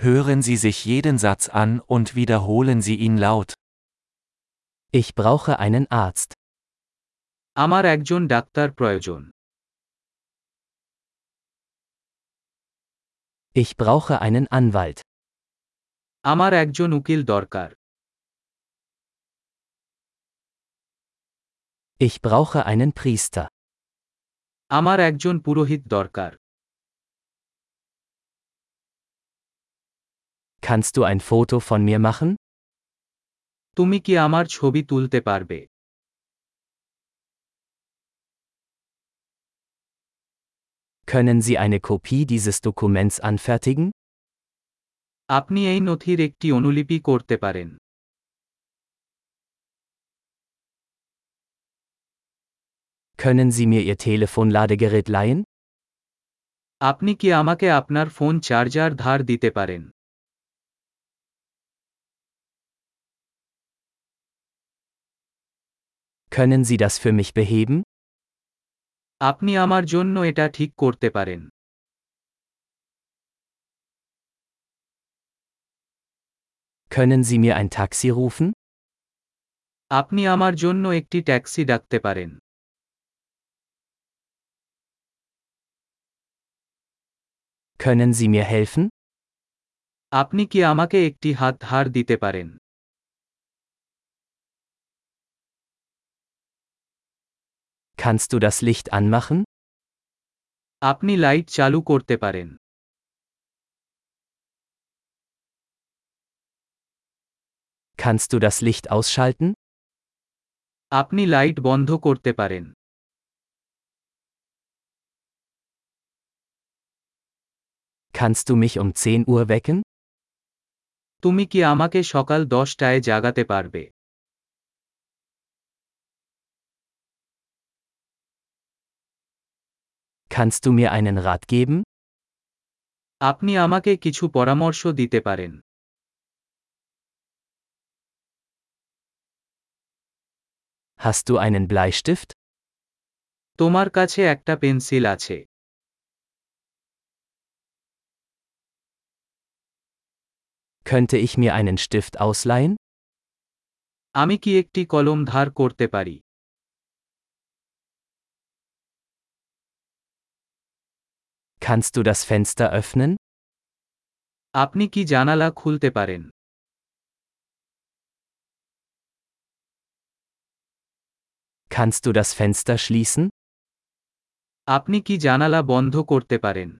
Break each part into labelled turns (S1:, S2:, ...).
S1: Hören Sie sich jeden Satz an und wiederholen Sie ihn laut.
S2: Ich brauche einen Arzt.
S3: আমার একজন ডাক্তার প্রয়োজন
S2: Ich brauche einen Anwalt.
S3: আমার একজন উকিল দরকার
S2: Ich brauche einen Priester.
S3: আমার একজন পুরোহিত দরকার
S2: Kannst du ein Foto von mir machen?
S3: তুমি কি আমার ছবি তুলতে পারবে
S2: Können Sie eine Kopie dieses Dokuments anfertigen?
S3: আপনি এই নথির একটি অনুলিপি করতে পারেন
S2: Können Sie mir Ihr Telefonladegerät leihen?
S3: আপনি কি আমাকে আপনার ফোন চার্জার ধার দিতে পারেন
S2: Können Sie das für mich beheben?
S3: আপনি আমার জন্য এটা ঠিক করতে পারেন
S2: Können Sie mir ein Taxi rufen?
S3: আপনি আমার জন্য একটি ট্যাক্সি ডাকতে পারেন
S2: Können Sie mir helfen?
S3: আপনি কি আমাকে একটি হাত ধার দিতে পারেন
S2: Kannst du das Licht anmachen?
S3: আপনি লাইট চালু করতে পারেন
S2: Kannst du das Licht ausschalten?
S3: আপনি লাইট বন্ধ করতে পারেন
S2: Kannst du mich um 10 Uhr wecken?
S3: তুমি কি আমাকে সকাল দশটায় জাগাতে পারবে
S2: Kannst du mir einen Rat geben?
S3: আপনি আমাকে কিছু পরামর্শ দিতে পারেন
S2: Hast du einen Bleistift?
S3: তোমার কাছে একটা পেন্সিল আছে
S2: Könnte ich mir einen Stift ausleihen?
S3: আমি কি একটি কলম ধার করতে পারি
S2: Kannst du das Fenster öffnen?
S3: আপনি কি জানালা খুলতে পারেন
S2: Kannst du das Fenster schließen?
S3: আপনি কি জানালা বন্ধ করতে পারেন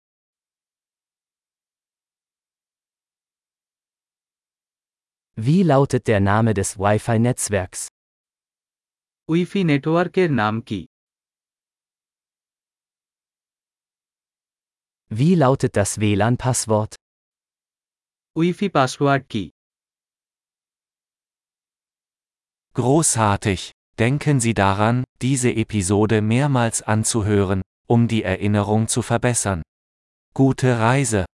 S2: Wie lautet der Name des Wi-Fi-Netzwerks?
S3: উইফি নেটওয়ার্কের নাম কি
S2: Wie lautet das WLAN-Passwort?
S3: উইফি পাসওয়ার্ড কি
S1: Großartig! Denken Sie daran, diese Episode mehrmals anzuhören, um die Erinnerung zu verbessern. Gute Reise!